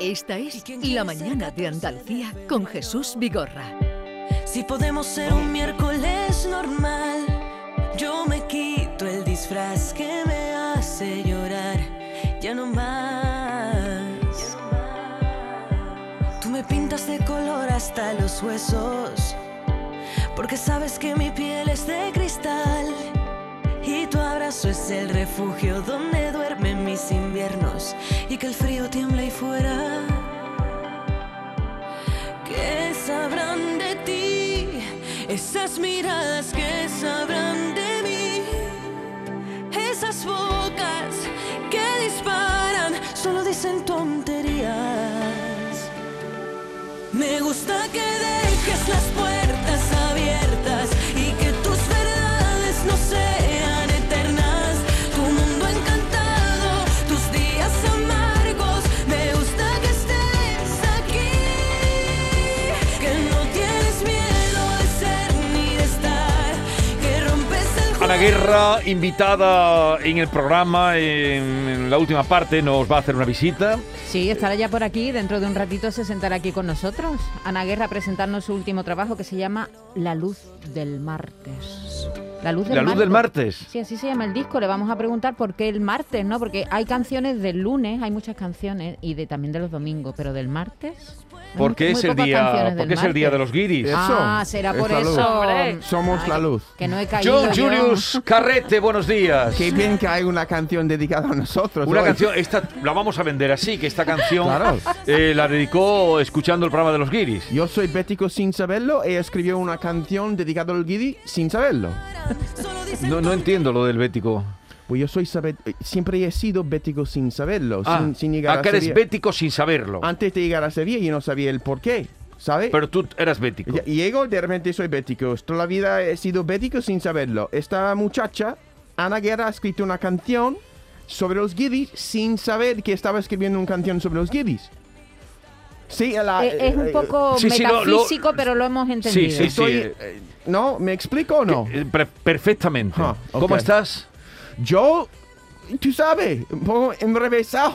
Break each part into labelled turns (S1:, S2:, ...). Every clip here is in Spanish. S1: Esta es La Mañana de Andalucía con Jesús Vigorra.
S2: Si podemos ser un miércoles normal, yo me quito el disfraz que me hace llorar. Ya no más. Tú me pintas de color hasta los huesos, porque sabes que mi piel es de cristal. Y tu abrazo es el refugio donde duermen mis inviernos y que el frío tiembla ahí fuera. ¿Qué sabrán de ti? Esas miradas que sabrán de mí. Esas bocas que disparan solo dicen tonterías. Me gusta que dejes las puertas abiertas y que tus verdades no sean eternas. Tu mundo encantado, tus días amargos. Me gusta que estés aquí, que no tienes miedo de ser ni de estar, que rompes el
S3: Ana Guerra, invitada en el programa, en, en la última parte, nos va a hacer una visita.
S4: Sí, estará ya por aquí. Dentro de un ratito se sentará aquí con nosotros. Ana Guerra a presentarnos su último trabajo que se llama La Luz del Martes. La Luz
S3: La Luz del Martes.
S4: Sí, así se llama el disco. Le vamos a preguntar por qué el martes, ¿no? Porque hay canciones del lunes, hay muchas canciones, y de también de los domingos, pero del martes.
S3: Porque es el día, porque es el día de los guiris.
S4: Ah, será por eso.
S5: Somos la luz.
S4: Que no he caído.
S3: John
S4: yo.
S3: Julius Carrete, buenos días.
S5: Qué bien que hay una canción dedicada a nosotros.
S3: Una
S5: hoy.
S3: canción, esta la vamos a vender así, que esta canción
S5: Claro.
S3: eh, la dedicó escuchando el programa de los guiris.
S5: Yo soy bético sin saberlo. Ella escribió una canción dedicada al guiri sin saberlo.
S2: Solo dicen
S3: No, no entiendo lo del bético.
S5: Pues yo soy sabe- siempre he sido bético sin saberlo.
S3: Ah,
S5: sin, sin llegar
S3: ah,
S5: a
S3: que eres
S5: Sevilla.
S3: bético sin saberlo.
S5: Antes de llegar a Sevilla yo no sabía el por qué, ¿sabes?
S3: Pero tú eras bético.
S5: Y- y Llego, de repente soy bético. Toda la vida he sido bético sin saberlo. Esta muchacha, Ana Guerra, ha escrito una canción sobre los guiris sin saber que estaba escribiendo una canción sobre los guiris. Sí, la-
S4: Eh, Es un poco
S3: Sí, sí, lo- lo-
S4: metafísico, pero lo hemos
S3: sí,
S4: entendido.
S3: sí.
S5: Estoy- eh, ¿No? ¿Me explico o no?
S3: Eh, pre- perfectamente.
S5: Ah, ok.
S3: ¿Cómo estás?
S5: Yo, tú sabes, un poco enrevesado,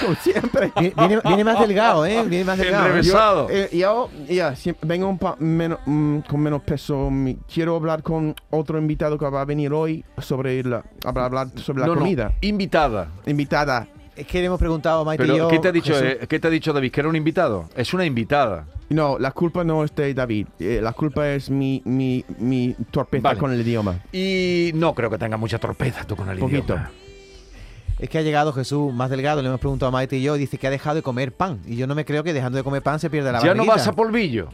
S5: como siempre.
S6: Viene,
S3: Ah,
S6: viene- viene más delgado, ¿eh? Viene más delgado.
S3: Enrevesado.
S5: Yo, eh, yo, ya, si- vengo un pa- meno- mm, con menos peso. mi- quiero hablar con otro invitado que va a venir hoy sobre la, hablar, hablar sobre la
S3: No, no,
S5: comida.
S3: invitada.
S5: Invitada.
S6: Es que le hemos preguntado a Maite y
S3: Pero,
S6: yo.
S3: ¿qué te ha dicho,
S6: Jesús,
S3: eh, ¿qué te ha dicho David? ¿Que era un invitado? Es una invitada.
S5: No, la culpa no es de David. eh, la culpa es mi, mi, mi torpeza
S3: Vale.
S5: con el idioma.
S3: Y no creo que tenga mucha torpeza tú con el
S5: Poquito.
S3: idioma.
S6: Es que ha llegado Jesús más delgado, le hemos preguntado a Maite y yo, y dice que ha dejado de comer pan. Y yo no me creo que dejando de comer pan se pierda la
S3: Ya no
S6: barriguita.
S3: vas a polvillo.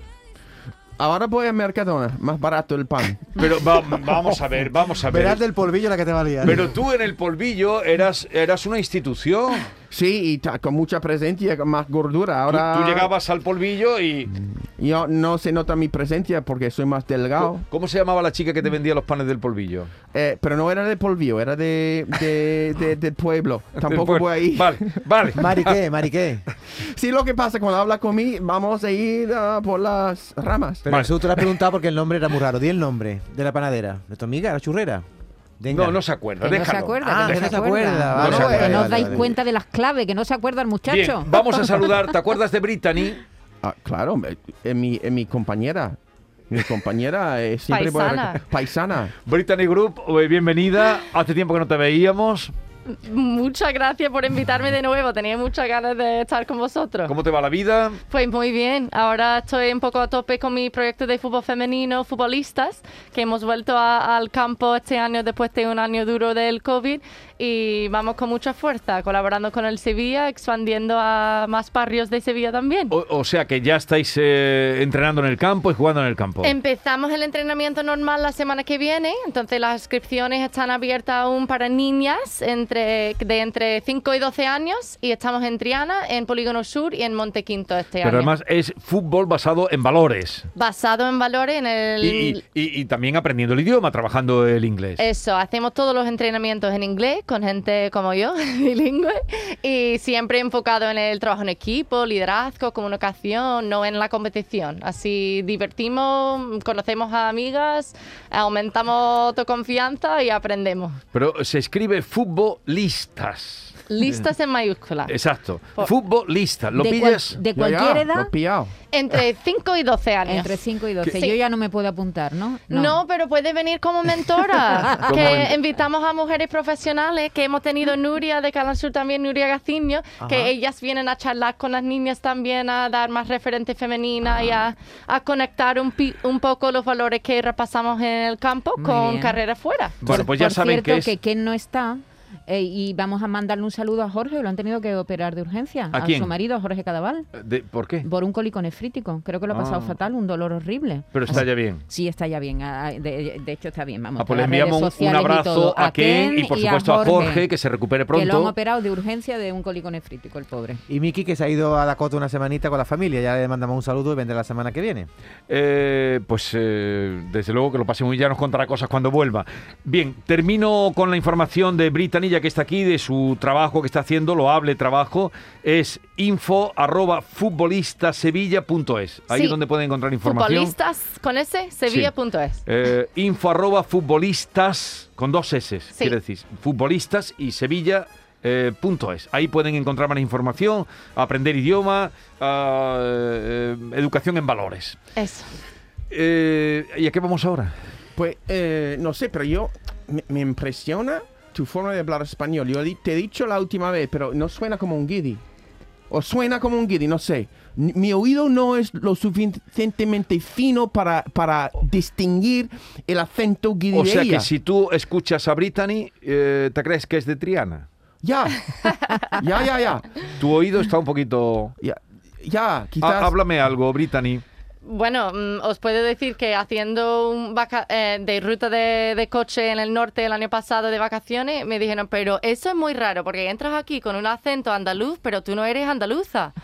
S5: Ahora voy a Mercadona, más barato el pan.
S3: Pero va- vamos a ver, vamos a
S6: Verás
S3: ver.
S6: del polvillo la que te va a liar.
S3: Pero tú en el polvillo eras, eras una institución.
S5: Sí, y ta- con mucha presencia, con más gordura.
S3: Tú,
S5: Ahora
S6: Ah.
S3: tú llegabas al polvillo y...
S5: Yo no se nota mi presencia porque soy más delgado.
S3: ¿Cómo se llamaba la chica que te vendía los panes del polvillo?
S5: Eh, pero no era de polvillo, era de, de, de- del pueblo. Tampoco
S3: Después-
S5: voy ahí.
S3: Vale, vale.
S6: Mariqué, mariqué.
S5: Sí, lo que pasa cuando habla conmigo, vamos a ir ah, por las ramas.
S6: Pero
S3: Vale.
S6: Jesús, tú le has preguntado porque el nombre era muy raro. Di el nombre de la panadera. ¿De tu amiga, la churrera? Venga.
S3: No, no se acuerda,
S4: Que no se
S3: déjalo.
S4: acuerda,
S6: Ah,
S4: que no se acuerda.
S6: vale,
S3: No se
S4: Que
S3: acuerda.
S4: no os
S6: Vale,
S4: dais
S6: vale.
S4: cuenta de las claves, que no se acuerda el
S3: Bien,
S4: muchacho.
S3: vamos a saludar. ¿Te acuerdas de Brittany?
S5: Ah, claro, me- eh, mi, eh, mi compañera. Mi compañera eh, siempre voy a rec- paisana.
S3: Brittany Group, eh, bienvenida. Hace tiempo que no te veíamos.
S7: Muchas gracias por invitarme de nuevo. Tenía muchas ganas de estar con vosotros.
S3: ¿Cómo te va la vida?
S7: Pues muy bien. Ahora estoy un poco a tope con mi proyecto de fútbol femenino, futbolistas, que hemos vuelto a- al campo este año después de un año duro del COVID y vamos con mucha fuerza, colaborando con el Sevilla, expandiendo a más barrios de Sevilla también.
S3: O, o sea que ya estáis eh, entrenando en el campo y jugando en el campo.
S7: Empezamos el entrenamiento normal la semana que viene, entonces las inscripciones están abiertas aún para niñas entre, de entre 5 y 12 años y estamos en Triana, en Polígono Sur y en Montequinto este
S3: Pero
S7: año.
S3: además es fútbol basado en valores.
S7: Basado en valores, en el...
S3: Y, y- y- y también aprendiendo el idioma, trabajando el inglés.
S7: Eso, hacemos todos los entrenamientos en inglés con gente como yo, bilingüe, y siempre enfocado en el trabajo en equipo, liderazgo, comunicación, no en la competición. Así divertimos, conocemos a amigas, aumentamos autoconfianza y aprendemos.
S3: Pero se escribe futbolistas.
S7: Listas en mayúscula.
S3: Exacto.
S7: Por-
S3: Futbolista. ¿Lo
S4: de, cual-
S3: pillas?
S4: de
S5: Ya, ya,
S4: cualquier
S5: lo he
S4: edad,
S5: pillado.
S7: Entre 5 y 12 años.
S4: entre 5 y 12.
S7: Sí.
S4: Yo ya no me puedo apuntar, ¿no?
S7: No. pero puede venir como mentora,
S3: Como
S7: que
S3: men-
S7: invitamos a mujeres profesionales, que hemos tenido Nuria de Canal Sur también, Nuria Gaciño, que ellas vienen a charlar con las niñas también, a dar más referentes femeninas y a, a conectar un, pi- un poco los valores que repasamos en el campo
S4: Muy
S7: con
S4: bien.
S7: carreras fuera.
S3: Bueno, pues ya
S4: Por
S3: saben
S4: cierto,
S3: que es.
S4: que Ken no está. eh, y vamos a mandarle un saludo a Jorge, lo han tenido que operar de urgencia.
S3: ¿A quién?
S4: su marido, a Jorge Cadaval,
S3: de- ¿Por qué?
S4: por un cólico nefrítico. Creo que lo ha pasado
S3: Ah.
S4: fatal, un dolor horrible.
S3: Pero está
S4: Así-
S3: ya bien.
S4: Sí, está ya bien. ah, De, de hecho, está bien. Vamos,
S3: Ah, pues
S4: por
S3: le
S4: las redes
S3: enviamos un- un
S4: sociales y todo,
S3: abrazo a Ken y por supuesto a Jorge, que se recupere
S4: que lo han
S3: pronto.
S4: operado de urgencia de un cólico nefrítico, el pobre.
S6: Y Miki, que se ha ido a Dakota una semanita con la familia. Ya le mandamos un saludo y vendrá la semana que viene.
S3: Eh, pues eh, desde luego que lo pase muy bien, ya nos contará cosas cuando vuelva. Bien, termino con la información de Brittany, ya que está aquí, de su trabajo que está haciendo, lo hable trabajo, es info arroba futbolistasevilla.es. Ahí
S7: Sí.
S3: es donde pueden encontrar información.
S7: Futbolistas con ese, sevilla.es.
S3: Eh, info arroba futbolistas con dos S, quiere decir, futbolistas y Sevilla. eh, punto es. Ahí pueden encontrar más información, aprender idioma, ah, eh, educación en valores.
S7: Eso.
S3: Eh, ¿Y a qué vamos ahora?
S5: Pues eh, no sé, pero yo me, me impresiona tu forma de hablar español. Yo di- te he dicho la última vez, pero no suena como un guiri. O suena como un guiri, no sé. N- Mi oído no es lo suficientemente fino para, para distinguir el acento guiri.
S3: O sea
S5: de ella.
S3: que si tú escuchas a Brittany, eh, ¿te crees que es de Triana?
S5: Ya, ya, ya, ya.
S3: Tu oído está un poquito...
S5: Ya, ya, quizás.
S3: Ah, háblame algo, Brittany.
S7: Bueno, mm, os puedo decir que haciendo un vaca- eh, de ruta de, de coche en el norte el año pasado de vacaciones, me dijeron, pero eso es muy raro, porque entras aquí con un acento andaluz, pero tú no eres andaluza.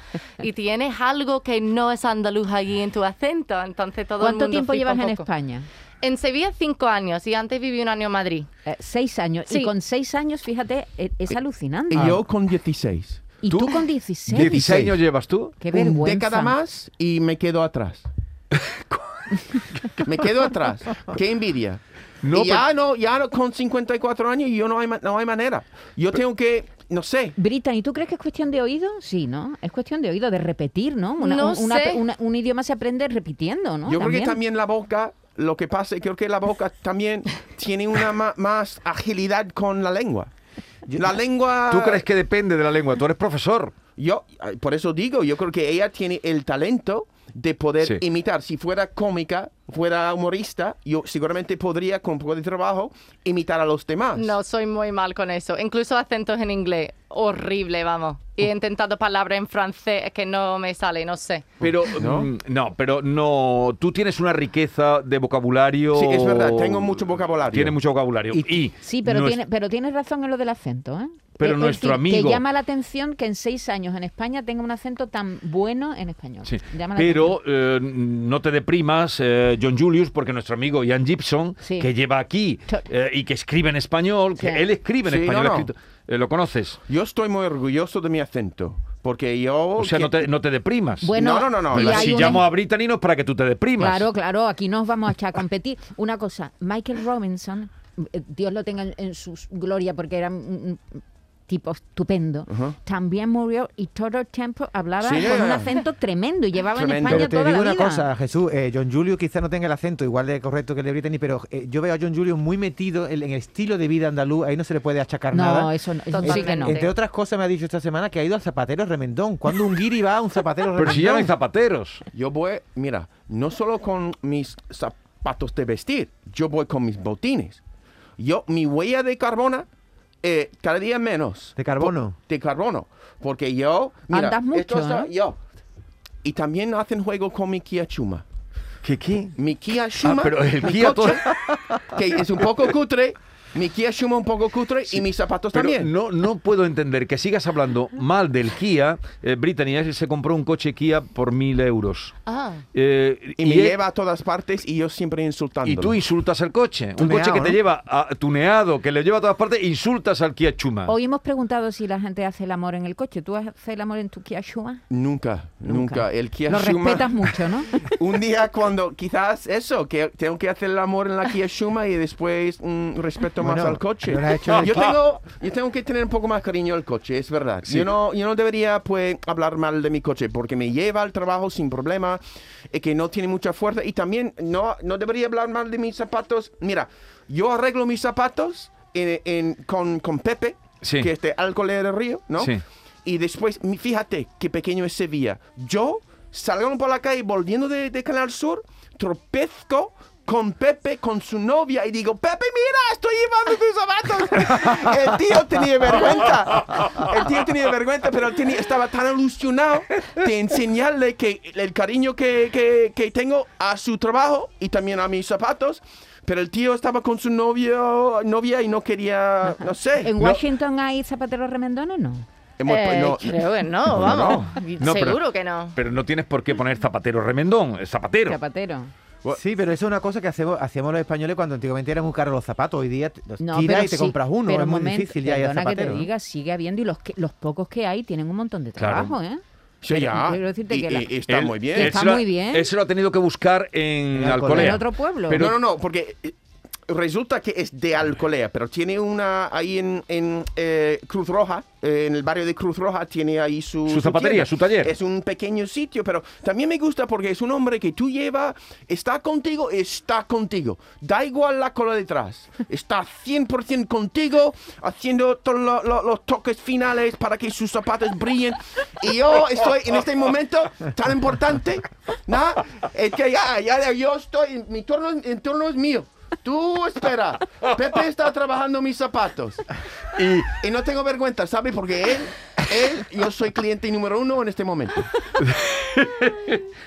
S7: Y tienes algo que no es andaluz allí en tu acento. Entonces todo el
S4: ¿Cuánto
S7: mundo
S4: tiempo
S7: flipa
S4: llevas
S7: un
S4: en
S7: poco.
S4: España?
S7: En Sevilla cinco años y antes viví un año en Madrid.
S4: Eh, seis años. Y
S7: Sí.
S4: con seis años, fíjate, e- es,
S3: Eh,
S4: alucinante.
S5: Y
S3: Ah.
S5: yo con 16.
S4: y tú,
S3: ¿tú?
S4: con 16.
S3: 16 años llevas tú.
S4: Qué
S5: Un
S4: vergüenza.
S5: década más y me quedo atrás. me quedo atrás. Qué envidia.
S3: No,
S5: y ya no, ya no, con 54 años yo no hay, ma- no hay manera. Yo tengo que, no sé.
S4: Brittany, ¿tú crees que es cuestión de oído? Sí, ¿no? Es cuestión de oído, de repetir, ¿no?
S7: No
S4: un,
S7: sé.
S4: una- un idioma se aprende repitiendo, ¿no?
S5: Yo creo que también la boca, lo que pasa, creo que la boca también tiene una ma- más agilidad con la lengua. la lengua...
S3: ¿Tú crees que depende de la lengua? Tú eres profesor.
S5: Yo, eh, por eso digo, yo creo que ella tiene el talento de poder
S3: Sí.
S5: imitar. Si fuera cómica, fuera humorista, yo seguramente podría, con un poco de trabajo, imitar a los demás.
S7: No, soy muy mal con eso. Incluso acentos en inglés, horrible, vamos. Y he intentado palabras en francés que no me sale, no sé.
S3: Pero
S5: ¿No?
S3: mm, no, pero no. Tú tienes una riqueza de vocabulario.
S5: Sí, es verdad, tengo mucho vocabulario.
S3: Tienes mucho vocabulario. Y,
S4: Sí, pero,
S3: nues-
S4: tiene, pero tienes razón en lo del acento, ¿eh?
S3: Pero
S4: Es
S3: nuestro
S4: decir,
S3: amigo-
S4: Que llama la atención que en seis años en España tenga un acento tan bueno en español.
S3: sí.
S4: Llama la
S3: Pero
S4: atención.
S3: eh, no te deprimas, eh, John Julius, porque nuestro amigo Ian Gibson,
S4: Sí.
S3: que lleva aquí
S4: To-
S3: eh, y que escribe en español, que
S4: Sí.
S3: él escribe en
S5: Sí,
S3: español,
S5: no, no.
S3: ha escrito- eh, ¿lo conoces?
S5: Yo estoy muy orgulloso de mi acento, porque yo...
S3: O sea, no te, no te deprimas.
S4: Bueno,
S5: No, no, no, no,
S4: y
S3: Pero
S5: hay
S3: si
S4: una-
S3: llamo a Brittany no es para que tú te deprimas.
S4: Claro, claro, aquí nos vamos a echar a competir. Una cosa, Michael Robinson, eh, Dios lo tenga en, en su gloria porque era un un tipo estupendo, también murió y todo el tiempo hablaba
S5: Sí.
S4: con un acento tremendo y llevaba
S5: Tremendo.
S4: en España
S6: Pero te
S4: toda
S6: digo
S4: la
S6: una
S4: vida.
S6: cosa, Jesús. eh, John Julio quizá no tenga el acento igual de correcto que el de Brittany, pero eh, yo veo a John Julio muy metido en, en el estilo de vida andaluz. Ahí no se le puede achacar
S4: No,
S6: nada.
S4: eso no, eso sí
S7: Totalmente.
S4: que no.
S6: Entre otras cosas, me ha dicho esta semana que ha ido a Zapatero Remendón. Cuando un guiri va a un Zapatero Remendón?
S3: Pero si ya no hay zapateros.
S5: Yo voy, mira, no solo con mis zapatos de vestir, yo voy con mis botines. Yo, mi huella de carbona, eh, cada día menos.
S6: ¿De carbono?
S5: Po- de carbono. Porque yo, mira,
S4: Andas mucho, ¿eh?
S5: esto está-
S4: ¿no?
S5: yo. Y también hacen juego con mi Kia Chuma.
S3: ¿Qué qué?
S5: Mi Kia
S3: Ah,
S5: Chuma,
S3: pero el
S5: mi
S3: Kia
S5: coche,
S3: todo-
S5: que es un poco cutre, mi Kia Chuma un poco cutre y mis zapatos
S3: Pero
S5: también.
S3: no, no puedo entender que sigas hablando mal del Kia. Eh, Brittany ayer se compró un coche Kia por mil euros.
S7: Ah.
S3: Eh,
S5: y me
S3: él-
S5: lleva a todas partes y yo siempre insultando.
S3: y tú insultas al coche. Un
S6: Tuneado,
S3: coche que te
S6: ¿no?
S3: lleva a- tuneado, que le lleva a todas partes, insultas al Kia Chuma.
S4: Hoy hemos preguntado si la gente hace el amor en el coche. ¿Tú haces el amor en tu Kia Shuma?
S5: Nunca, nunca. El Kia
S4: Lo
S5: Shuma-
S4: respetas mucho, ¿no?
S5: un día cuando quizás eso, que tengo que hacer el amor en la Kia Shuma y después mm, respeto más
S6: Bueno,
S5: al coche.
S6: no la he hecho-
S5: yo, tengo, yo tengo que tener un poco más cariño al coche, es verdad. Yo, no, yo no debería pues, hablar mal de mi coche porque me lleva al trabajo sin problema, eh, que no tiene mucha fuerza y también no, no debería hablar mal de mis zapatos. Mira, yo arreglo mis zapatos en- en- con, con Pepe,
S3: Sí.
S5: que es de Alcolea del Río, ¿no?
S3: Sí.
S5: Y después, mi- fíjate qué pequeño es Sevilla. Yo salgo por la calle volviendo de, de Canal Sur, tropezco con Pepe, con su novia, y digo, Pepe, mira, estoy llevando tus zapatos. El tío tenía vergüenza. El tío tenía vergüenza, pero tenía- estaba tan ilusionado de enseñarle que el cariño que, que- que tengo a su trabajo y también a mis zapatos. Pero el tío estaba con su novio, novia y no quería, no sé.
S4: ¿En
S5: No-
S4: Washington hay zapateros remendones o no?
S5: hemos-
S7: Eh,
S5: no-
S7: Creo que no, vamos.
S3: No, pero-
S7: Seguro que no.
S3: Pero no tienes por qué poner zapatero remendón, es zapatero.
S4: Zapatero.
S6: Sí, pero eso es una cosa que hacemos, hacíamos los españoles cuando antiguamente era muy caro los zapatos. Hoy día te- los
S4: No,
S6: tiras
S4: pero
S6: y te
S4: sí,
S6: compras uno.
S4: pero
S6: Es
S4: un
S6: muy
S4: momento,
S6: difícil ya ir al
S4: perdona que
S6: zapatero.
S4: te diga, sigue habiendo y los, que, los pocos que hay tienen un montón de
S3: Claro.
S4: trabajo, ¿eh?
S5: Sí,
S4: Pero
S5: ya.
S4: quiero decirte
S5: Y-
S4: que la-
S5: y- y está
S3: Él-
S5: muy bien.
S3: él
S4: Está
S3: se lo ha-
S4: muy bien.
S3: Él se lo ha tenido que buscar en
S6: En Alcolea.
S3: Alcolea.
S4: En otro pueblo.
S3: Pero-
S5: no, no, no, porque eh, resulta que es de Alcolea, pero tiene una ahí en, en, eh, Cruz Roja, eh, en el barrio de Cruz Roja, tiene ahí su...
S3: Su zapatería,
S5: tienda.
S3: su taller.
S5: Es un pequeño sitio, pero también me gusta porque es un hombre que tú llevas, está contigo, está contigo. Da igual la cola detrás. Está 100% contigo, haciendo todos lo- lo- los toques finales para que sus zapatos brillen. Y yo estoy en este momento tan importante, nada, es que ya, ya yo estoy, mi turno, el turno es mío. Tú espera, Pepe está trabajando mis zapatos. Y, y no tengo vergüenza, ¿sabes? Porque él, él, yo soy cliente número uno en este momento.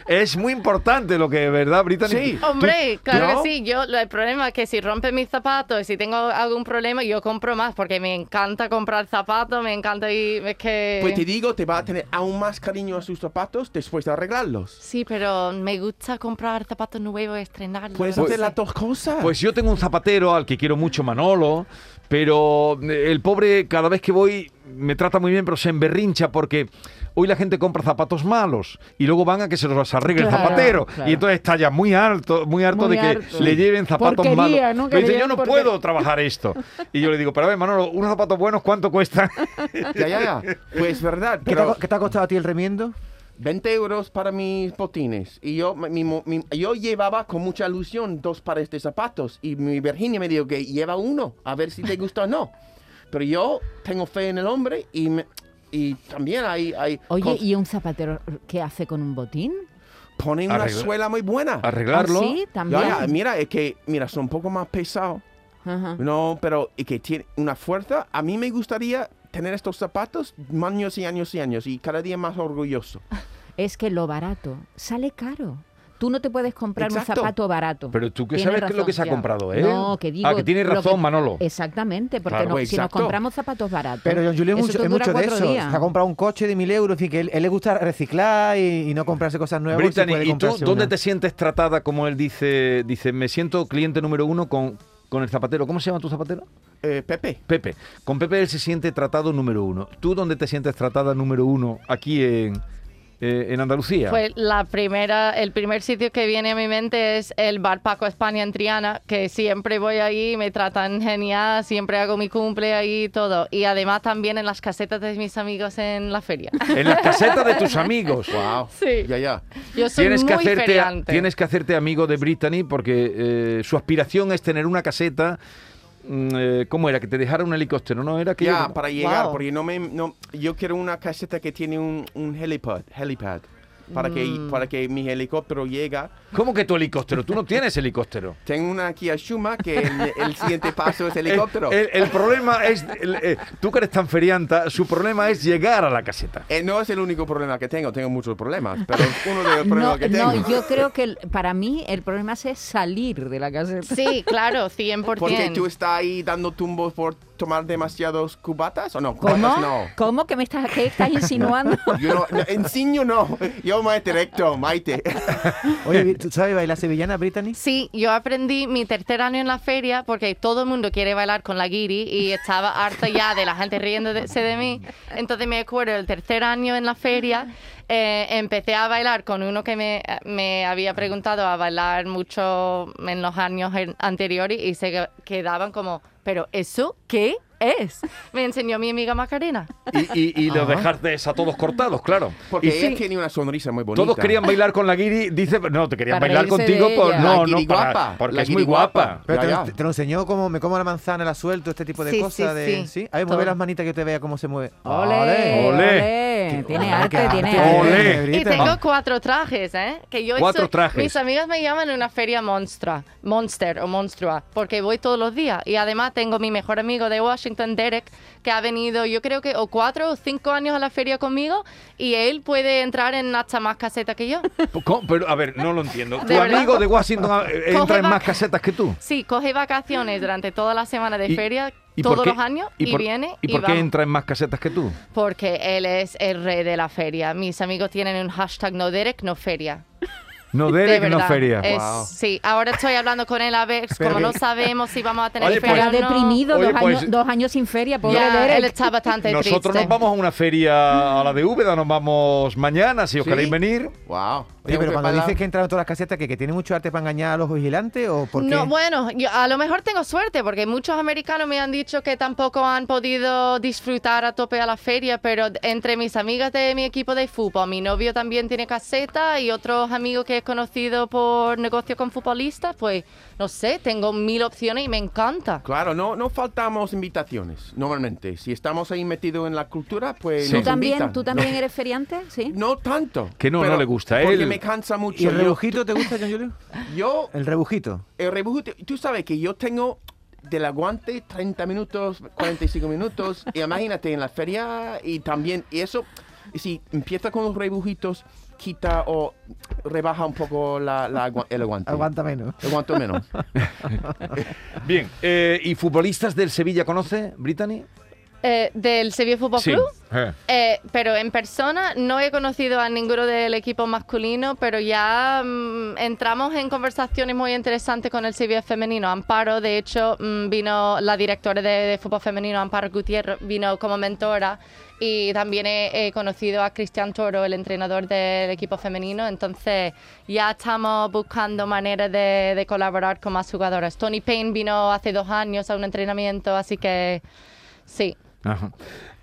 S3: Es muy importante lo que, ¿verdad, Brittany?
S5: Sí.
S7: Hombre, claro
S5: ¿no?
S7: que sí. Yo, lo- el problema es que si rompe mis zapatos y si tengo algún problema, yo compro más porque me encanta comprar zapatos, me encanta y es que...
S5: Pues te digo, te va a tener aún más cariño a sus zapatos después de arreglarlos.
S7: Sí, pero me gusta comprar zapatos nuevos y estrenarlos.
S5: Puedes
S7: no
S5: hacer
S7: sé.
S5: las dos cosas.
S3: Pues yo tengo un zapatero al que quiero mucho, Manolo, pero eh, el pobre cada vez que voy me trata muy bien, pero se emberrincha porque hoy la gente compra zapatos malos y luego van a que se los arregle el
S4: Claro,
S3: zapatero
S4: claro.
S3: y entonces está ya muy harto, muy harto
S4: Muy
S3: de que
S4: harto.
S3: le lleven zapatos
S4: Porquería,
S3: malos.
S4: ¿no?
S3: Me
S4: Que le
S3: dice, yo
S4: lleven
S3: no
S4: porquería".
S3: puedo trabajar esto. Y yo le digo, pero a ver, Manolo, unos zapatos buenos, ¿cuánto cuestan?
S5: Ya, ya, ya. Pues verdad,
S6: ¿Qué, te
S5: pero
S6: ha, qué te ha costado a ti el remiendo?
S5: 20 euros para mis botines. Y yo, mi- mi- mi- yo llevaba con mucha ilusión dos pares de zapatos. Y mi Virginia me dijo que lleva uno, a ver si te gusta o no. Pero yo tengo fe en el hombre y, me- y también hay... hay
S4: Oye,
S5: cos-
S4: ¿y un zapatero qué hace con un botín?
S5: ponen una
S3: Arregla-
S5: suela muy buena.
S3: Arreglarlo.
S4: ¿Ah, sí? También.
S5: Ya, ya, mira, es que, mira, son un poco más pesados.
S4: Ajá.
S5: No, pero y que tiene una fuerza. A mí me gustaría tener estos zapatos años y años y años y cada día más orgulloso.
S4: Es que lo barato sale caro. Tú no te puedes comprar un
S5: Exacto.
S4: zapato barato.
S3: Pero tú que
S4: Tienes
S3: sabes que es lo que se ha
S4: ya.
S3: comprado, ¿eh?
S4: No, que digo.
S3: Ah, que tienes
S4: lo
S3: razón, Manolo.
S4: Exactamente, porque
S3: Claro,
S4: no- si nos
S5: exacto.
S4: compramos zapatos baratos.
S6: Pero John Julio es
S4: eso
S6: mucho,
S4: te
S6: es
S4: dura
S6: mucho de
S4: cuatro
S6: eso. Se
S4: días.
S6: ha comprado un coche de mil euros, en fin, que él, él le gusta reciclar y, y no comprarse cosas nuevas. y se
S3: Brittany,
S6: puede
S3: ¿y tú
S6: comprarse
S3: dónde
S6: una.
S3: te sientes tratada, como él dice, dice, me siento cliente número uno con, con el zapatero? ¿Cómo se llama tu zapatero?
S5: Eh, Pepe,
S3: Pepe. Con Pepe él se siente tratado número uno. ¿Tú dónde te sientes tratada número uno aquí en, eh, en Andalucía?
S7: Pues la primera, el primer sitio que viene a mi mente es el Bar Paco España en Triana, que siempre voy ahí, me tratan genial, siempre hago mi cumple ahí y todo. Y además también en las casetas de mis amigos en la feria.
S3: En las casetas de tus amigos.
S5: wow.
S7: Sí.
S5: Ya, ya.
S7: Yo soy
S3: Tienes
S7: muy
S3: que, hacerte, a-
S7: feriante.
S3: tienes que hacerte amigo de Brittany porque eh, su aspiración es tener una caseta. mm, eh, ¿Cómo era? Que te dejara un helicóptero, ¿no? Era que
S5: Ya,
S3: yo-
S5: para llegar,
S7: Wow.
S5: porque no me, no, yo quiero una caseta que tiene un, un helipad, helipad, para que, para que mi helicóptero llega.
S3: ¿Cómo que tu helicóptero? Tú no tienes helicóptero.
S5: Tengo una Kia Shuma que el, el siguiente paso es helicóptero.
S3: El, el- el problema es, el- eh, tú que eres tan ferianta, su problema es llegar a la caseta.
S5: Eh, no es el único problema que tengo, tengo muchos problemas, pero es uno de los problemas
S4: No,
S5: que tengo.
S4: no, yo creo que el- para mí el problema es salir de la caseta.
S7: Sí, claro, 100%.
S5: Porque tú estás ahí dando tumbos por tomar demasiados cubatas o no,
S4: ¿Cómo?
S5: cubatas no.
S4: ¿Cómo que me estás, qué estás insinuando?
S5: Yo no, no, enseño no, yo más directo, Maite.
S6: Oye, ¿tú sabes bailar sevillana, Brittany?
S7: Sí, yo aprendí mi tercer año en la feria porque todo el mundo quiere bailar con la guiri y estaba harta ya de la gente riéndose de mí. Entonces me acuerdo el tercer año en la feria eh, empecé a bailar con uno que me, me había preguntado a bailar mucho en los años en- anteriores y se que- quedaban como pero ¿eso qué es? Me enseñó mi amiga Macarena.
S3: Y, y, y los dejaste a todos cortados, claro.
S5: Ah. Porque
S3: Y
S5: ella tiene una sonrisa muy bonita.
S3: Todos querían bailar con la guiri, dice, no, te querían
S4: Para
S3: bailar
S4: reírse
S3: contigo,
S4: de
S3: por-
S4: ella.
S3: no,
S5: La guiri
S3: no, para-
S5: guapa,
S3: porque
S5: la
S3: es muy
S5: guiri guapa.
S3: guapa.
S6: Pero
S5: Ya,
S6: te,
S5: ya.
S6: te lo enseñó como me como la manzana, la suelto, este tipo de
S4: Sí,
S6: cosas.
S4: sí,
S6: de,
S4: sí.
S6: A ver, mueve
S4: Todo.
S6: las manitas que te vea cómo se mueve.
S4: ¡Ole!
S3: Ole.
S4: ¡Ole!
S6: Qué-
S4: Tiene
S6: ¡Ole, qué
S4: arte, tiene
S3: arte!
S4: arte.
S3: Ole.
S7: Y
S6: Negrita.
S7: tengo cuatro trajes, ¿eh? Que yo
S3: Cuatro
S7: soy-
S3: trajes.
S7: Mis amigas me llaman una feria monstra, monster o monstrua, porque voy todos los días. Y además tengo mi mejor amigo de Washington, Derek, que ha venido yo creo que o cuatro o cinco años a la feria conmigo y él puede entrar en hasta más caseta que yo.
S3: ¿Cómo? Pero, a ver, no lo entiendo.
S7: ¿De
S3: Tu
S7: verdad?
S3: amigo de Washington eh, entra
S7: Coge
S3: en más
S7: vaca.
S3: casetas que tú.
S7: Sí, coge vacaciones durante toda la semana de
S3: ¿Y-
S7: feria,
S3: ¿Y por
S7: todos
S3: qué-
S7: los años, y,
S3: por-
S7: viene
S3: ¿Y por qué
S7: vamos.
S3: entra en más casetas que tú?
S7: Porque él es el rey de la feria. Mis amigos tienen un hashtag no Derek, no feria.
S3: No
S7: De
S3: Derek, no
S7: verdad,
S3: feria.
S7: es-
S5: Wow.
S7: Sí, ahora estoy hablando con él a ver,
S6: Pero
S7: como
S6: que-
S7: no sabemos si vamos a tener
S3: Oye, pues-
S7: feria
S4: Estará
S7: o no.
S4: deprimido
S3: Oye,
S4: dos,
S3: pues-
S4: años, dos años sin feria, pobre
S7: Ya,
S4: Derek.
S7: él está bastante
S3: Nosotros
S7: triste.
S3: nos vamos a una feria a la de Úbeda, nos vamos mañana, si os
S5: ¿Sí?
S3: queréis venir.
S5: Wow.
S6: Oye, pero cuando dices que entraron todas las casetas, ¿que, que tiene mucho arte para engañar a los vigilantes o por qué?
S7: No, bueno, yo a lo mejor tengo suerte porque muchos americanos me han dicho que tampoco han podido disfrutar a tope a la feria, pero entre mis amigas de mi equipo de fútbol, mi novio también tiene caseta y otros amigos que he conocido por negocio con futbolistas, pues no sé, tengo mil opciones y me encanta.
S5: Claro, no, no faltamos invitaciones, normalmente. Si estamos ahí metidos en la cultura, pues
S3: Sí.
S4: ¿Tú
S5: nos
S4: también,
S5: invitan.
S4: ¿Tú también eres feriante? Sí.
S5: No, no tanto.
S3: Que no,
S5: pero
S3: no le gusta,
S5: Porque
S3: él-
S5: me cansa mucho.
S6: ¿Y el
S5: Yo-
S6: rebujito te gusta, John Julio?
S5: Yo,
S6: El rebujito.
S5: el rebujo, te- tú sabes que yo tengo del aguante 30 minutos, 45 minutos. y imagínate en la feria y también y eso. y Si empieza con los rebujitos, quita o rebaja un poco la, la agua- el aguante.
S6: Aguanta menos.
S5: El aguante menos.
S3: Bien, eh, ¿y futbolistas del Sevilla conoce, Brittany?
S7: Eh, ¿Del Sevilla Fútbol
S3: Sí.
S7: Club?
S3: Eh.
S7: Eh, pero en persona no he conocido a ninguno del equipo masculino, pero ya mm, entramos en conversaciones muy interesantes con el Sevilla femenino. Amparo, de hecho, mm, vino la directora de, de fútbol femenino, Amparo Gutiérrez, vino como mentora y también he, he conocido a Cristian Toro, el entrenador del equipo femenino. Entonces ya estamos buscando maneras de, de colaborar con más jugadoras. Tony Payne vino hace dos años a un entrenamiento, así que sí.
S3: Ajá.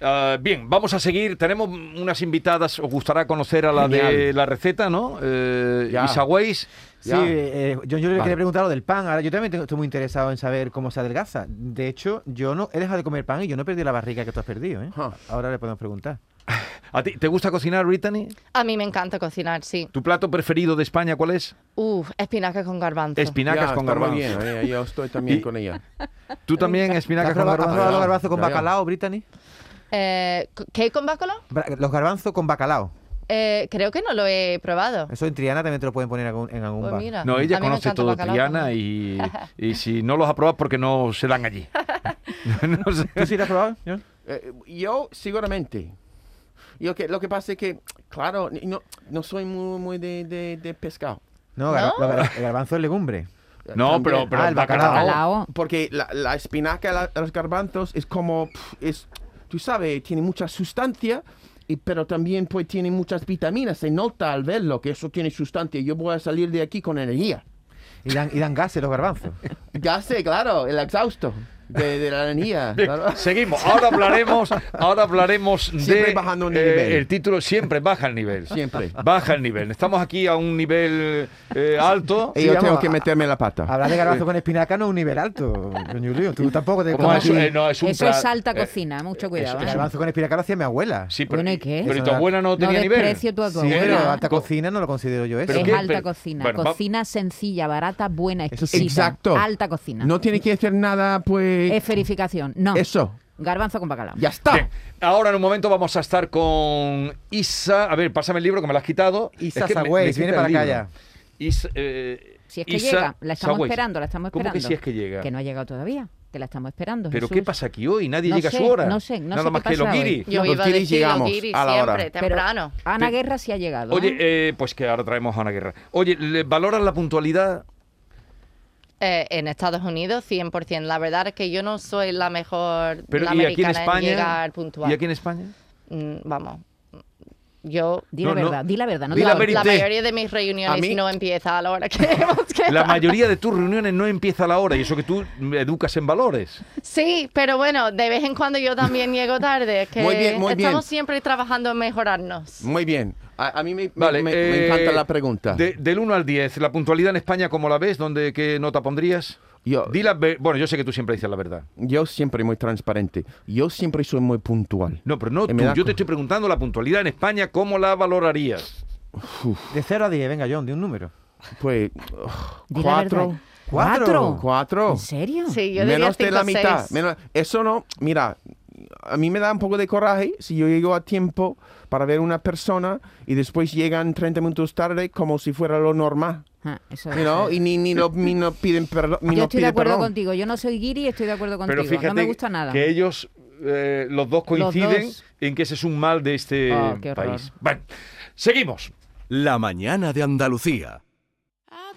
S3: Ah, bien, vamos a seguir. Tenemos unas invitadas. Os gustará conocer a la de
S5: Genial.
S3: la receta, ¿no? Eh,
S5: Ya.
S3: Isa Weiss.
S6: Sí,
S5: Ya.
S6: eh, eh, John Julio le
S5: Vale.
S6: quería preguntar lo del pan. Ahora yo también tengo- estoy muy interesado en saber cómo se adelgaza. De hecho, yo no he dejado de comer pan y yo no he perdido la barriga que tú has perdido. ¿eh?
S5: Ajá.
S6: Ahora le podemos preguntar.
S3: ¿A ti te gusta cocinar, Brittany?
S7: A mí me encanta cocinar, sí.
S3: ¿Tu plato preferido de España cuál es?
S7: Uf, espinacas con garbanzo.
S3: Espinacas
S5: Ya,
S3: con
S5: está muy
S3: garbanzo.
S5: bien, eh, yo estoy también
S3: Y-
S5: con ella.
S3: ¿Tú también
S6: ¿Has
S3: espinacas con
S6: probado, has
S3: garbanzo?
S6: probado los garbanzos con
S5: Ya, ya.
S6: bacalao, Brittany?
S7: Eh, ¿Qué con bacalao?
S6: Bra- Los garbanzos con bacalao.
S7: Eh, creo que no lo he probado.
S6: Eso en Triana también te lo pueden poner en algún, en algún
S7: Pues
S6: bar.
S7: mira.
S3: No,
S7: A
S3: ella
S7: mí me
S3: conoce
S7: encanta
S3: todo
S7: el bacalao
S3: Triana y, y si no los ha probado porque no se dan allí. No sé.
S6: ¿Tú sí lo has probado, John?
S5: Eh, yo, seguramente. Yo que, lo que pasa es que, claro, ni- no, no soy muy, muy de, de- de pescado.
S6: No, gar- los gar- el garbanzo es legumbre.
S3: No,
S5: También.
S3: pero, pero
S6: Ah,
S3: el
S6: el
S3: bacalao.
S6: bacalao.
S4: Bacalao.
S5: Porque la, la espinaca, la- los garbanzos, es como, pf, es, tú sabes, tiene mucha sustancia, y, pero también pues tiene muchas vitaminas. Se nota al verlo que eso tiene sustancia. Yo voy a salir de aquí con energía.
S6: Y dan, y dan gases los garbanzos.
S5: Ya sé, claro, el exhausto de, de la energía.
S3: Bien,
S5: claro.
S3: Seguimos. Ahora hablaremos, ahora hablaremos
S5: Siempre
S3: de eh,
S5: bajando el nivel.
S3: el título siempre baja el nivel.
S5: Siempre.
S3: Baja el nivel. Estamos aquí a un nivel eh, alto.
S5: Y yo
S6: Digamos,
S5: tengo que
S6: a-
S5: meterme la pata.
S6: Hablar de garbanzo con espinaca no es un nivel alto, John Julio. Tú tampoco te
S3: Como
S6: comas
S3: es,
S6: aquí-
S3: eh, no, es un
S4: Eso es
S3: pla-
S4: alta
S3: eh,
S4: cocina, mucho cuidado.
S6: El
S4: ¿eh?
S6: garbanzo con espinaca lo hacía mi abuela.
S3: sí, pero,
S4: Bueno, ¿y qué?
S3: pero tu abuela no tenía nivel.
S4: desprecio tu
S6: Sí, pero
S4: abuela.
S6: alta cocina no lo considero yo eso.
S3: ¿Pero
S4: es
S3: qué?
S4: alta
S3: Pero-
S4: cocina,
S3: bueno, va-
S4: cocina sencilla, barata, buena,
S6: Eso
S4: exquisita.
S6: sí.
S5: Exacto.
S4: Alta cocina.
S5: No tiene que hacer nada, pues.
S4: es verificación. No.
S5: Eso.
S4: Garbanzo con bacalao.
S5: Ya está.
S3: Bien, ahora en un momento vamos a estar con Isa. A ver, pásame el libro que me lo has quitado.
S6: Isa
S3: que me- me
S6: Sagüey,
S3: quita
S6: viene
S3: el
S6: para acá
S3: libro.
S6: ya.
S3: Isa, eh,
S4: Si es que
S3: Isa
S4: llega, la estamos
S3: Sagüey.
S4: esperando, la estamos
S3: ¿Cómo que
S4: esperando.
S3: si es que llega?
S4: Que no ha llegado todavía, que la estamos esperando.
S3: ¿Pero
S4: Jesús.
S3: qué pasa aquí hoy? Nadie
S4: No
S3: llega a
S4: sé,
S3: su hora.
S4: no sé, no
S3: Nada
S4: sé qué
S3: más que
S4: pasa
S3: lo
S4: hoy.
S3: guiri.
S7: Yo
S5: Los
S7: iba a
S5: guiris
S7: decir los
S5: llegamos
S7: guiris
S5: a la hora.
S7: siempre,
S4: Pero
S7: temprano.
S4: Ana Guerra sí ha llegado. ¿eh?
S3: Oye, eh, pues que ahora traemos a Ana Guerra. Oye, ¿le ¿valoras la puntualidad?
S7: Eh, en Estados Unidos, 100%. La verdad es que yo no soy la mejor
S3: Pero,
S7: la
S3: ¿Y aquí en
S7: americana
S3: España?
S7: llegar puntual.
S3: ¿Y aquí en España?
S7: Mm, Vamos.
S8: yo
S4: Di
S3: No,
S4: la
S3: no.
S4: verdad, di la verdad. No
S3: Di
S4: te
S3: la
S4: hago-
S3: verité.
S8: la mayoría de mis
S5: A
S8: reuniones
S5: mí-
S8: no empieza a la hora que hemos quedado.
S3: La mayoría de tus reuniones no empieza a la hora y eso que tú educas en valores.
S8: Sí, pero bueno, de vez en cuando yo también llego tarde, que
S5: Muy bien, muy bien.
S8: estamos siempre trabajando en mejorarnos.
S5: Muy bien. A, a mí me, me-
S3: Vale,
S5: me- me
S3: eh,
S5: encanta la pregunta.
S3: de- del 1 al 10, la puntualidad en España, ¿cómo la ves? ¿Dónde, ¿Qué nota pondrías?
S5: Yo-
S3: Di la ve- bueno, yo sé que tú siempre dices la verdad.
S5: Yo siempre muy transparente. Yo siempre soy muy puntual.
S3: No, pero no
S5: Y
S3: tú.
S5: Eh, me da
S3: Yo
S5: co-
S3: te estoy preguntando la puntualidad en España, ¿cómo la valorarías?
S6: De 0 a 10, venga, John, de un número.
S5: Pues. ugh,
S4: Di la
S5: cuatro.
S4: verdad. ¿Cuatro?
S5: Cuatro.
S4: ¿En serio?
S8: Sí, yo diría
S5: Menos de
S8: cinco
S5: la
S8: o
S5: mitad.
S8: seis.
S5: menos- eso no. Mira, a mí me da un poco de coraje si yo llego a tiempo para ver una persona y después llegan 30 minutos tarde como si fuera lo normal.
S4: Ah, eso
S5: you know, Y ni, ni, lo- ni no piden perdón. ni
S4: Yo
S5: no
S4: estoy de
S5: piden
S4: acuerdo
S5: perdón.
S4: contigo. Yo no soy guiri, estoy de acuerdo contigo.
S3: Pero fíjate
S4: no me gusta nada.
S3: que ellos, eh, los dos coinciden
S4: dos.
S3: en que ese es un mal de este
S4: Ah, qué horror.
S3: país. Bueno, seguimos.
S9: La mañana de Andalucía.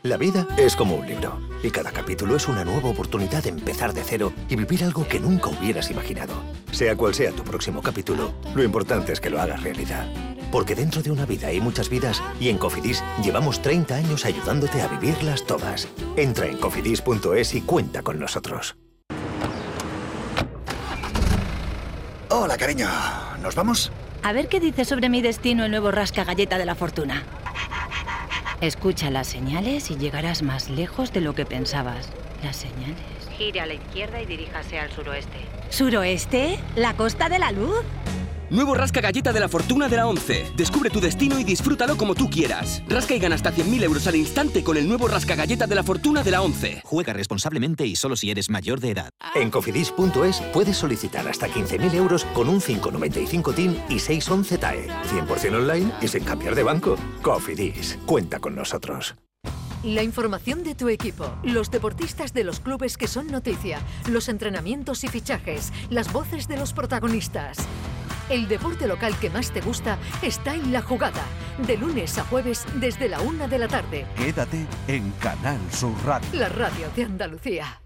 S10: La vida es como un libro y cada capítulo es una nueva oportunidad de empezar de cero y vivir algo que nunca hubieras imaginado. Sea cual sea tu próximo capítulo, lo importante es que lo hagas realidad. Porque dentro de una vida hay muchas vidas y en Cofidis llevamos 30 años ayudándote a vivirlas todas. Entra en cofidis.es y cuenta con nosotros.
S9: Hola, cariño. ¿Nos vamos?
S11: A ver qué dice sobre mi destino el nuevo rasca galleta de la fortuna. Escucha las señales y llegarás más lejos de lo que pensabas. Las señales. Gire a la izquierda y diríjase al suroeste. ¿Suroeste? ¿La costa de la luz?
S12: Nuevo Rasca Galleta de la Fortuna de la 11. Descubre tu destino y disfrútalo como tú quieras. Rasca y gana hasta 100.000 euros al instante con el nuevo Rasca Galleta de la Fortuna de la 11.
S10: Juega responsablemente y solo si eres mayor de edad.
S11: En
S10: En cofidis.es puedes solicitar hasta 15.000 euros con un 595 TIN y 611 TAE. 100% online y sin cambiar de banco. Cofidis, cuenta con nosotros.
S1: La información de tu equipo, los deportistas de los clubes que son noticia, los entrenamientos y fichajes, las voces de los protagonistas. El deporte local que más te gusta está en la jugada, de lunes a jueves desde la una de la tarde.
S9: Quédate en Canal Sur Radio.
S1: La radio de Andalucía.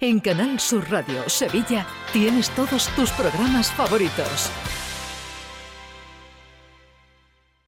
S1: En Canal Sur Radio Sevilla tienes todos tus programas favoritos.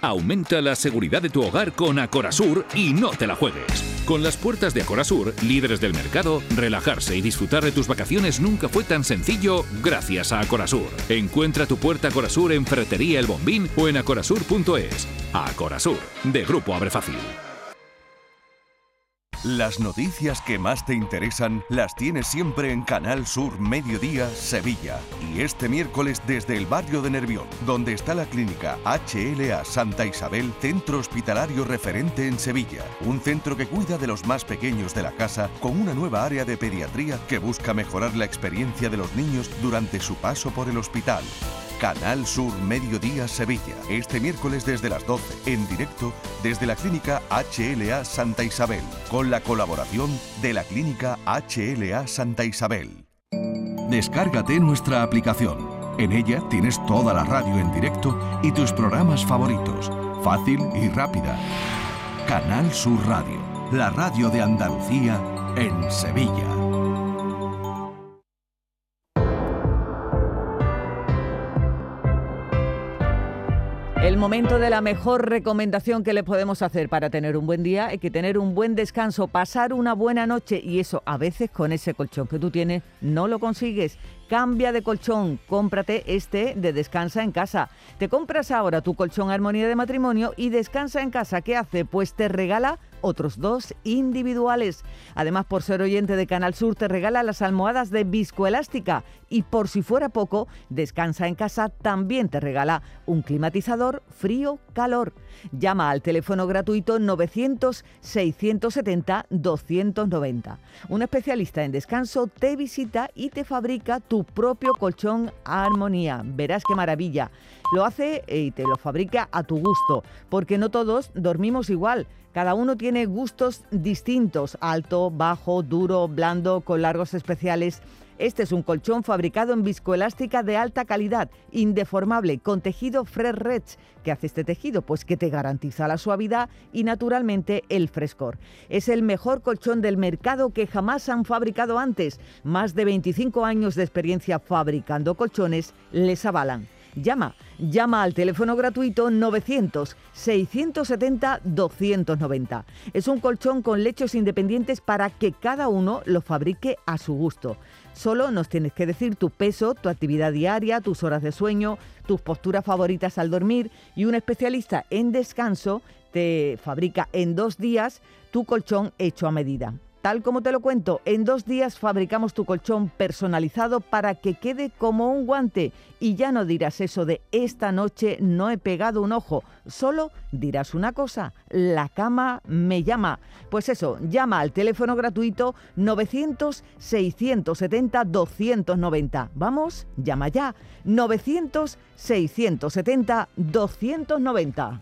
S12: Aumenta la seguridad de tu hogar con Acorasur y no te la juegues. Con las puertas de Acorasur, líderes del mercado, relajarse y disfrutar de tus vacaciones nunca fue tan sencillo gracias a Acorasur. Encuentra tu puerta Acorasur en Ferretería El Bombín o en acorasur.es. Acorasur, de Grupo Abre Fácil.
S9: Las noticias que más te interesan las tienes siempre en Canal Sur Mediodía Sevilla. Y este miércoles desde el barrio de Nervión, donde está la clínica HLA Santa Isabel, centro hospitalario referente en Sevilla. Un centro que cuida de los más pequeños de la casa con una nueva área de pediatría que busca mejorar la experiencia de los niños durante su paso por el hospital. Canal Sur Mediodía Sevilla, este miércoles desde las 12, en directo desde la Clínica HLA Santa Isabel, con la colaboración de la Clínica HLA Santa Isabel. Descárgate nuestra aplicación. En ella tienes toda la radio en directo y tus programas favoritos, fácil y rápida. Canal Sur Radio, la radio de Andalucía en Sevilla.
S13: El momento de la mejor recomendación que le podemos hacer para tener un buen día es que tener un buen descanso, pasar una buena noche y eso a veces con ese colchón que tú tienes no lo consigues. Cambia de colchón, cómprate este de Descansa en casa. Te compras ahora tu colchón Armonía de Matrimonio y Descansa en casa, ¿qué hace? Pues te regala otros dos individuales. Además, por ser oyente de Canal Sur, te regala las almohadas de viscoelástica. Y por si fuera poco, Descansa en casa también te regala un climatizador frío-calor. Llama al teléfono gratuito 900-670-290. Un especialista en descanso te visita y te fabrica tu propio colchón Armonía. Verás qué maravilla. Lo hace eh, y te lo fabrica a tu gusto, porque no todos dormimos igual. Cada uno tiene gustos distintos, alto, bajo, duro, blando, con largos especiales. Este es un colchón fabricado en viscoelástica de alta calidad, indeformable, con tejido Fresh Reds. ¿Qué hace este tejido? Pues que te garantiza la suavidad y naturalmente el frescor. Es el mejor colchón del mercado que jamás han fabricado antes. Más de 25 años de experiencia fabricando colchones les avalan. Llama, llama al teléfono gratuito 900 670 290. Es un colchón con lechos independientes para que cada uno lo fabrique a su gusto. Solo nos tienes que decir tu peso, tu actividad diaria, tus horas de sueño, tus posturas favoritas al dormir y un especialista en descanso te fabrica en dos días tu colchón hecho a medida. Tal como te lo cuento, en dos días fabricamos tu colchón personalizado para que quede como un guante y ya no dirás eso de esta noche no he pegado un ojo, solo dirás una cosa, la cama me llama. Pues eso, llama al teléfono gratuito 900-670-290. Vamos, llama ya, 900-670-290.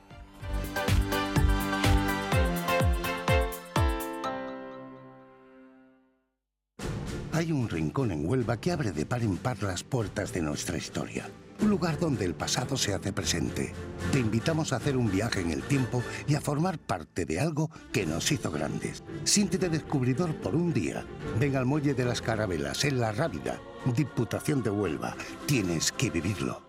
S14: Hay un rincón en Huelva que abre de par en par las puertas de nuestra historia. Un lugar donde el pasado se hace presente. Te invitamos a hacer un viaje en el tiempo y a formar parte de algo que nos hizo grandes. Siéntete descubridor por un día. Ven al Muelle de las Carabelas, en La Rábida, Diputación de Huelva. Tienes que vivirlo.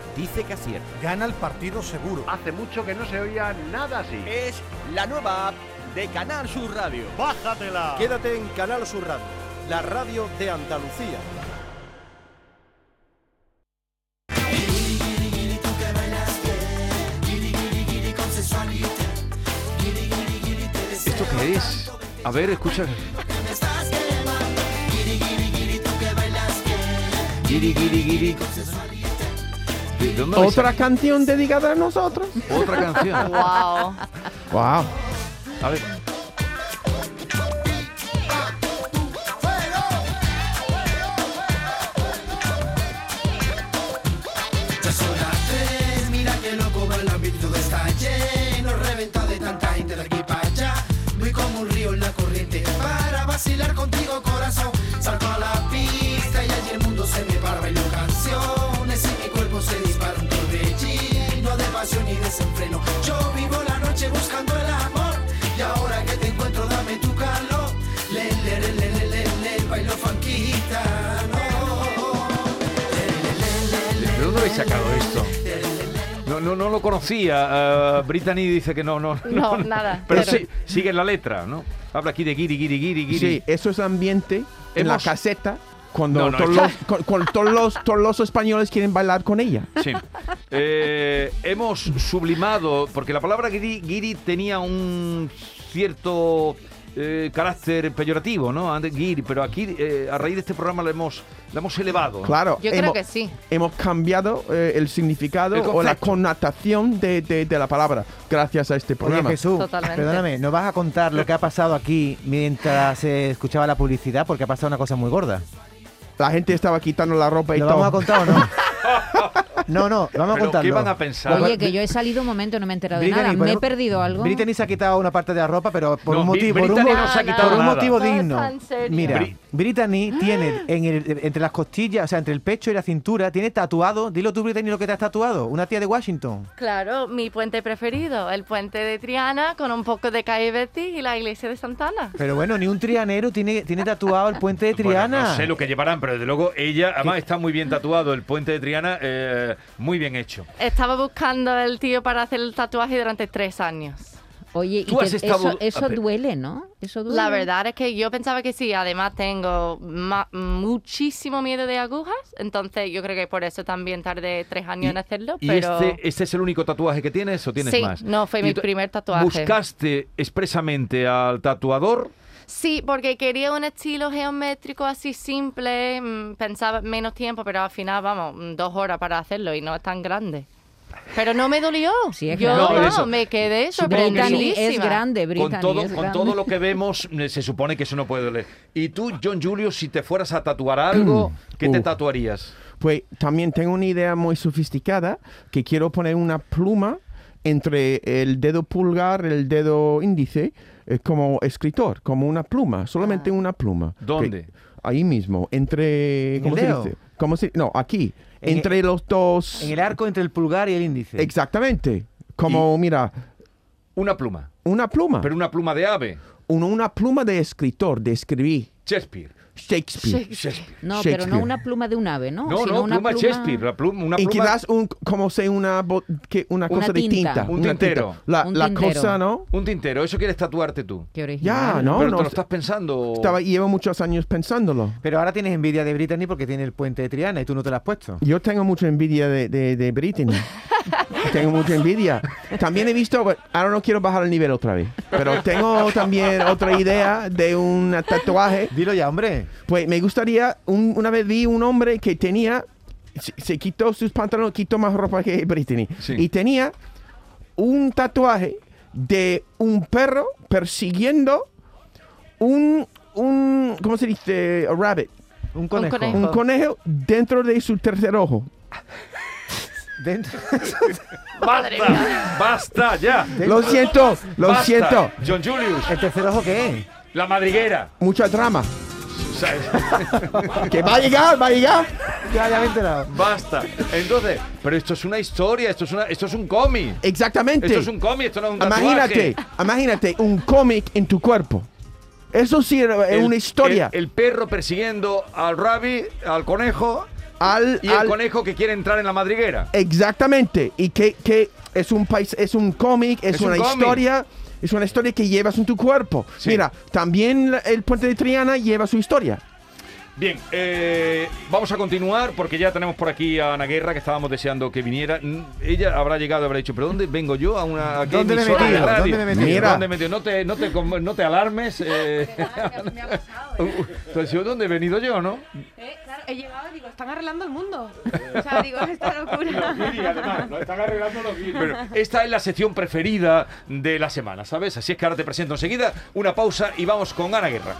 S15: dice que acierta.
S16: Gana el partido seguro.
S17: Hace mucho que no se oía nada así.
S18: Es la nueva app de Canal Sur Radio.
S16: ¡Bájatela!
S19: Quédate en Canal Sur Radio, la radio de Andalucía.
S3: ¿Esto qué es? A ver, escucha. Giri, giri, giri. ¿De dónde la
S5: Otra canción dedicada a nosotros.
S3: saca? Otra canción.
S8: Wow.
S5: Wow.
S3: A ver.
S20: Ya son las tres, mira que loco va la virtud está lleno, reventado de tanta gente de aquí para allá. Voy como un río en la corriente para vacilar contigo corazón. Salto a la pista y allí el mundo se me para bailo canciones y mi cuerpo se dispara un torbellino de pasión y desenfreno. Yo vivo la noche buscando el amor y ahora que te encuentro dame tu calor. Le, le, le, le, le, le, le, bailo fanquita.
S3: ¿De dónde habéis sacado esto? No, no, no lo conocía. eh, Brittany dice que no, no.
S7: No, nada,
S3: Pero,
S7: pero-
S3: sí, sigue la letra, ¿no? Habla aquí de giri, giri, giri, giri.
S5: Sí, eso es ambiente en la
S3: Hemos-
S5: caseta cuando
S3: No, no,
S5: todos,
S3: esto-
S5: los, cu- cuando todos los- todos los españoles quieren bailar con ella.
S3: Sí. Eh, hemos sublimado, porque la palabra guiri, guiri tenía un cierto eh, carácter peyorativo, ¿no? Antes Guiri, pero aquí, eh, a raíz de este programa, la hemos, la hemos elevado.
S5: Claro. hemos-
S8: sí.
S5: Hemos cambiado eh, el significado
S3: El
S5: o la
S3: concepto.
S5: connotación de, de- de la palabra gracias a este
S6: Oye,
S5: programa.
S6: Jesús,
S8: Totalmente.
S6: perdóname, ¿no vas a contar lo que ha pasado aquí mientras se escuchaba la publicidad? Porque ha pasado una cosa muy gorda.
S5: La gente estaba quitando la ropa y
S6: ¿Lo
S5: todo.
S6: vamos a contar o no? No, no, vamos a
S3: Pero,
S6: contarlo.
S3: ¿qué van a pensar?
S4: Oye, que yo he salido un momento, no me he enterado de
S6: Brittany,
S4: nada. ¿Me he
S6: podemos-
S4: perdido algo?
S6: Brittany se ha quitado una parte de la ropa, pero por
S3: No,
S6: un
S3: Bri-
S6: motivo, por un,
S3: Brittany
S6: mo-
S3: no se ha
S6: por
S3: quitado
S6: un
S3: nada.
S6: motivo
S3: Todo
S6: digno.
S7: está en serio.
S6: Mira,
S7: Bri-
S6: Brittany tiene en el- entre las costillas, o sea, entre el pecho y la cintura, tiene tatuado. Dilo tú, Brittany, lo que te has tatuado. Una tía de Washington.
S7: Claro, mi puente preferido, el puente de Triana con un poco de Calle Betis y la iglesia de Santana.
S6: Pero bueno, ni un trianero tiene, tiene tatuado el puente de
S3: Bueno,
S6: Triana.
S7: Ah.
S3: no sé lo que llevarán, pero desde luego ella, además está muy bien tatuado, el puente de Triana, eh, muy bien hecho.
S7: Estaba buscando el tío para hacer el tatuaje durante tres años.
S4: Oye, y
S3: Tú
S4: que
S3: has estado-
S4: eso, eso
S3: a ver.
S4: duele, ¿no? Eso duele.
S7: La verdad es que yo pensaba que sí, además tengo ma- muchísimo miedo de agujas, entonces yo creo que por eso también tardé tres años en hacerlo,
S3: ¿Y
S7: pero...
S3: este, este es el único tatuaje que tienes o tienes
S7: Sí,
S3: más?
S7: no, fue
S3: Y
S7: mi
S3: tú-
S7: primer tatuaje.
S3: ¿Buscaste expresamente al tatuador?
S7: Sí, porque quería un estilo geométrico así simple, mm, pensaba menos tiempo, pero al final, vamos, mm, dos horas para hacerlo y no es tan grande. Pero no me dolió.
S4: es
S7: yo
S4: grande.
S7: vamos,
S3: eso.
S7: me quedé
S4: Brittany
S7: sorprendidísima.
S4: es grande, Brittany
S3: con todo,
S4: es
S3: con
S4: grande.
S3: todo lo que vemos, eh, se supone que eso no puede doler. Y tú, John Julio, si te fueras a tatuar algo,
S4: Mm.
S3: ¿qué te
S5: Uh.
S3: tatuarías?
S5: Pues también tengo una idea muy sofisticada que quiero poner una pluma entre el dedo pulgar y el dedo índice eh, como escritor, como una pluma, solamente
S6: Ah.
S5: una pluma.
S3: ¿Dónde?
S5: Que- ahí mismo, entre...
S6: ¿En
S5: ¿Cómo
S6: el
S5: se
S6: dedo?
S5: dice? ¿Cómo se- No, aquí.
S6: En
S5: entre
S6: el-
S5: los dos...
S6: En el arco entre el pulgar y el índice.
S5: Exactamente. Como, mira,
S3: Una pluma.
S5: una pluma.
S3: Pero una pluma de ave.
S5: Un- una pluma de escritor, de escribir.
S3: Shakespeare.
S5: Shakespeare.
S3: Shakespeare.
S4: No, pero no
S5: Shakespeare.
S4: una pluma de un ave, ¿no?
S3: No, no,
S4: Sino una
S3: pluma, Shakespeare. La pluma, una
S5: y
S3: pluma-
S5: quizás un, como sea una, bo- que una,
S4: Una
S5: cosa
S4: tinta.
S5: de tinta.
S3: Un
S5: una
S3: tintero.
S5: tinta. La,
S4: Un
S5: la
S4: tintero.
S5: cosa, ¿no?
S3: Un tintero. Eso quieres tatuarte tú.
S4: Qué original.
S5: Ya, no,
S3: Pero
S5: no.
S3: te lo estás pensando.
S5: Estaba, llevo muchos años pensándolo.
S6: Pero ahora tienes envidia de Brittany porque tiene el puente de Triana y tú no te lo has puesto.
S5: Yo tengo mucha envidia de, de, de Britney. tengo mucha envidia. También he visto, bueno, ahora no quiero bajar el nivel otra vez, pero tengo también otra idea de un tatuaje.
S6: Dilo ya, hombre.
S5: Pues me gustaría, un- una vez vi un hombre que tenía, se, se quitó sus pantalones, quitó más ropa que Britney.
S3: Sí.
S5: Y tenía un tatuaje de un perro persiguiendo un, un ¿cómo se dice? A rabbit.
S6: Un conejo.
S7: conejo.
S5: Un conejo dentro de su tercer ojo.
S6: Dentro-
S3: ¡Basta! ¡Basta ya!
S5: Lo siento, lo
S3: Basta.
S5: siento.
S3: John Julius,
S6: ¿El tercer ojo qué es?
S3: la madriguera.
S5: Mucha trama.
S3: ¿sabes?
S5: Que va a llegar, va a llegar.
S6: Ya, ya me he enterado.
S3: Basta. Entonces, pero esto es una historia, esto es, una, esto es un cómic.
S5: Exactamente.
S3: Esto es un cómic, esto no es un tatuaje.
S5: imagínate, imagínate un cómic en tu cuerpo. Eso sí era- es
S3: El-
S5: una historia.
S3: El, el perro persiguiendo al rabbit, al conejo
S5: al,
S3: y el
S5: al-
S3: conejo que quiere entrar en la madriguera.
S5: Exactamente. Y que, que es un país, es un cómic, es,
S3: Es un
S5: una
S3: cómic.
S5: historia. Es una historia que llevas en tu cuerpo. Mira, también la- el puente de Triana lleva su historia.
S3: Bien, eh, vamos a continuar porque ya tenemos por aquí a Ana Guerra que estábamos deseando que viniera. Mm, Ella habrá llegado y habrá dicho, ¿pero dónde vengo yo? ¿A una a qué
S6: ¿Dónde me he
S3: emisora de
S6: metido?
S3: radio?
S6: ¿Dónde me he metido?
S5: Mira.
S3: ¿Dónde he metido? No te, no te, com- no te alarmes. eh. Entonces, ¿dónde he venido yo, no?
S1: Eh, claro, he llegado y digo, están arreglando el mundo. O sea, digo, esta locura.
S3: Pero esta es la sección preferida de la semana, ¿sabes? Así es que ahora te presento enseguida una pausa y vamos con Ana Guerra.